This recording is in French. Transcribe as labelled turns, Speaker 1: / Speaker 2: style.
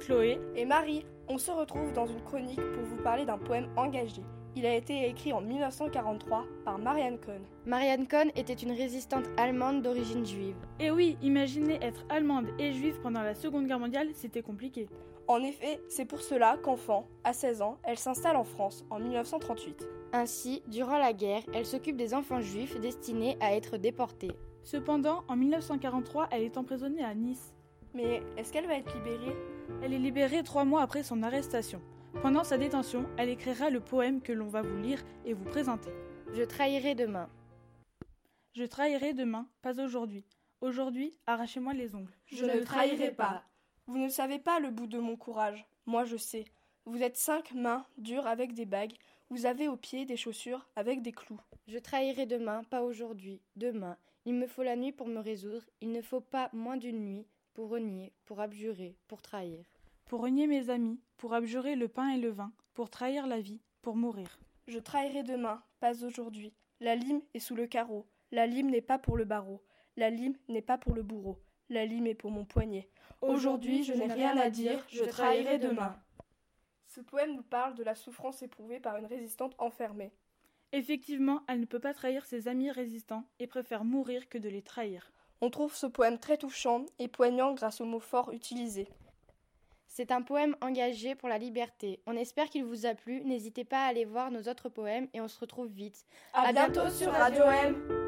Speaker 1: Chloé
Speaker 2: et Marie, on se retrouve dans une chronique pour vous parler d'un poème engagé. Il a été écrit en 1943 par Marianne Cohn.
Speaker 3: Marianne Cohn était une résistante allemande d'origine juive.
Speaker 1: Et Eh oui, imaginez être allemande et juive pendant la Seconde Guerre mondiale, c'était compliqué.
Speaker 2: En effet, c'est pour cela qu'enfant, à 16 ans, elle s'installe en France en 1938.
Speaker 3: Ainsi, durant la guerre, elle s'occupe des enfants juifs destinés à être déportés.
Speaker 1: Cependant, en 1943, elle est emprisonnée à Nice.
Speaker 2: Mais est-ce qu'elle va être libérée
Speaker 1: Elle est libérée trois mois après son arrestation. Pendant sa détention, elle écrira le poème que l'on va vous lire et vous présenter.
Speaker 3: Je trahirai demain.
Speaker 1: Je trahirai demain, pas aujourd'hui. Aujourd'hui, arrachez-moi les ongles.
Speaker 4: Je ne trahirai pas.
Speaker 2: Vous ne savez pas le bout de mon courage. Moi, je sais. Vous êtes cinq mains dures avec des bagues. Vous avez aux pieds des chaussures avec des clous.
Speaker 3: Je trahirai demain, pas aujourd'hui, demain. Il me faut la nuit pour me résoudre. Il ne faut pas moins d'une nuit pour renier, pour abjurer, pour trahir.
Speaker 1: Pour renier mes amis, pour abjurer le pain et le vin, pour trahir la vie, pour mourir.
Speaker 2: Je trahirai demain, pas aujourd'hui. La lime est sous le carreau. La lime n'est pas pour le barreau. La lime n'est pas pour le bourreau. La lime est pour mon poignet.
Speaker 4: Aujourd'hui, je n'ai rien à dire, je trahirai demain.
Speaker 2: Ce poème nous parle de la souffrance éprouvée par une résistante enfermée.
Speaker 1: Effectivement, elle ne peut pas trahir ses amis résistants et préfère mourir que de les trahir.
Speaker 2: On trouve ce poème très touchant et poignant grâce aux mots forts utilisés.
Speaker 3: C'est un poème engagé pour la liberté. On espère qu'il vous a plu. N'hésitez pas à aller voir nos autres poèmes et on se retrouve vite.
Speaker 4: À bientôt sur Radio M.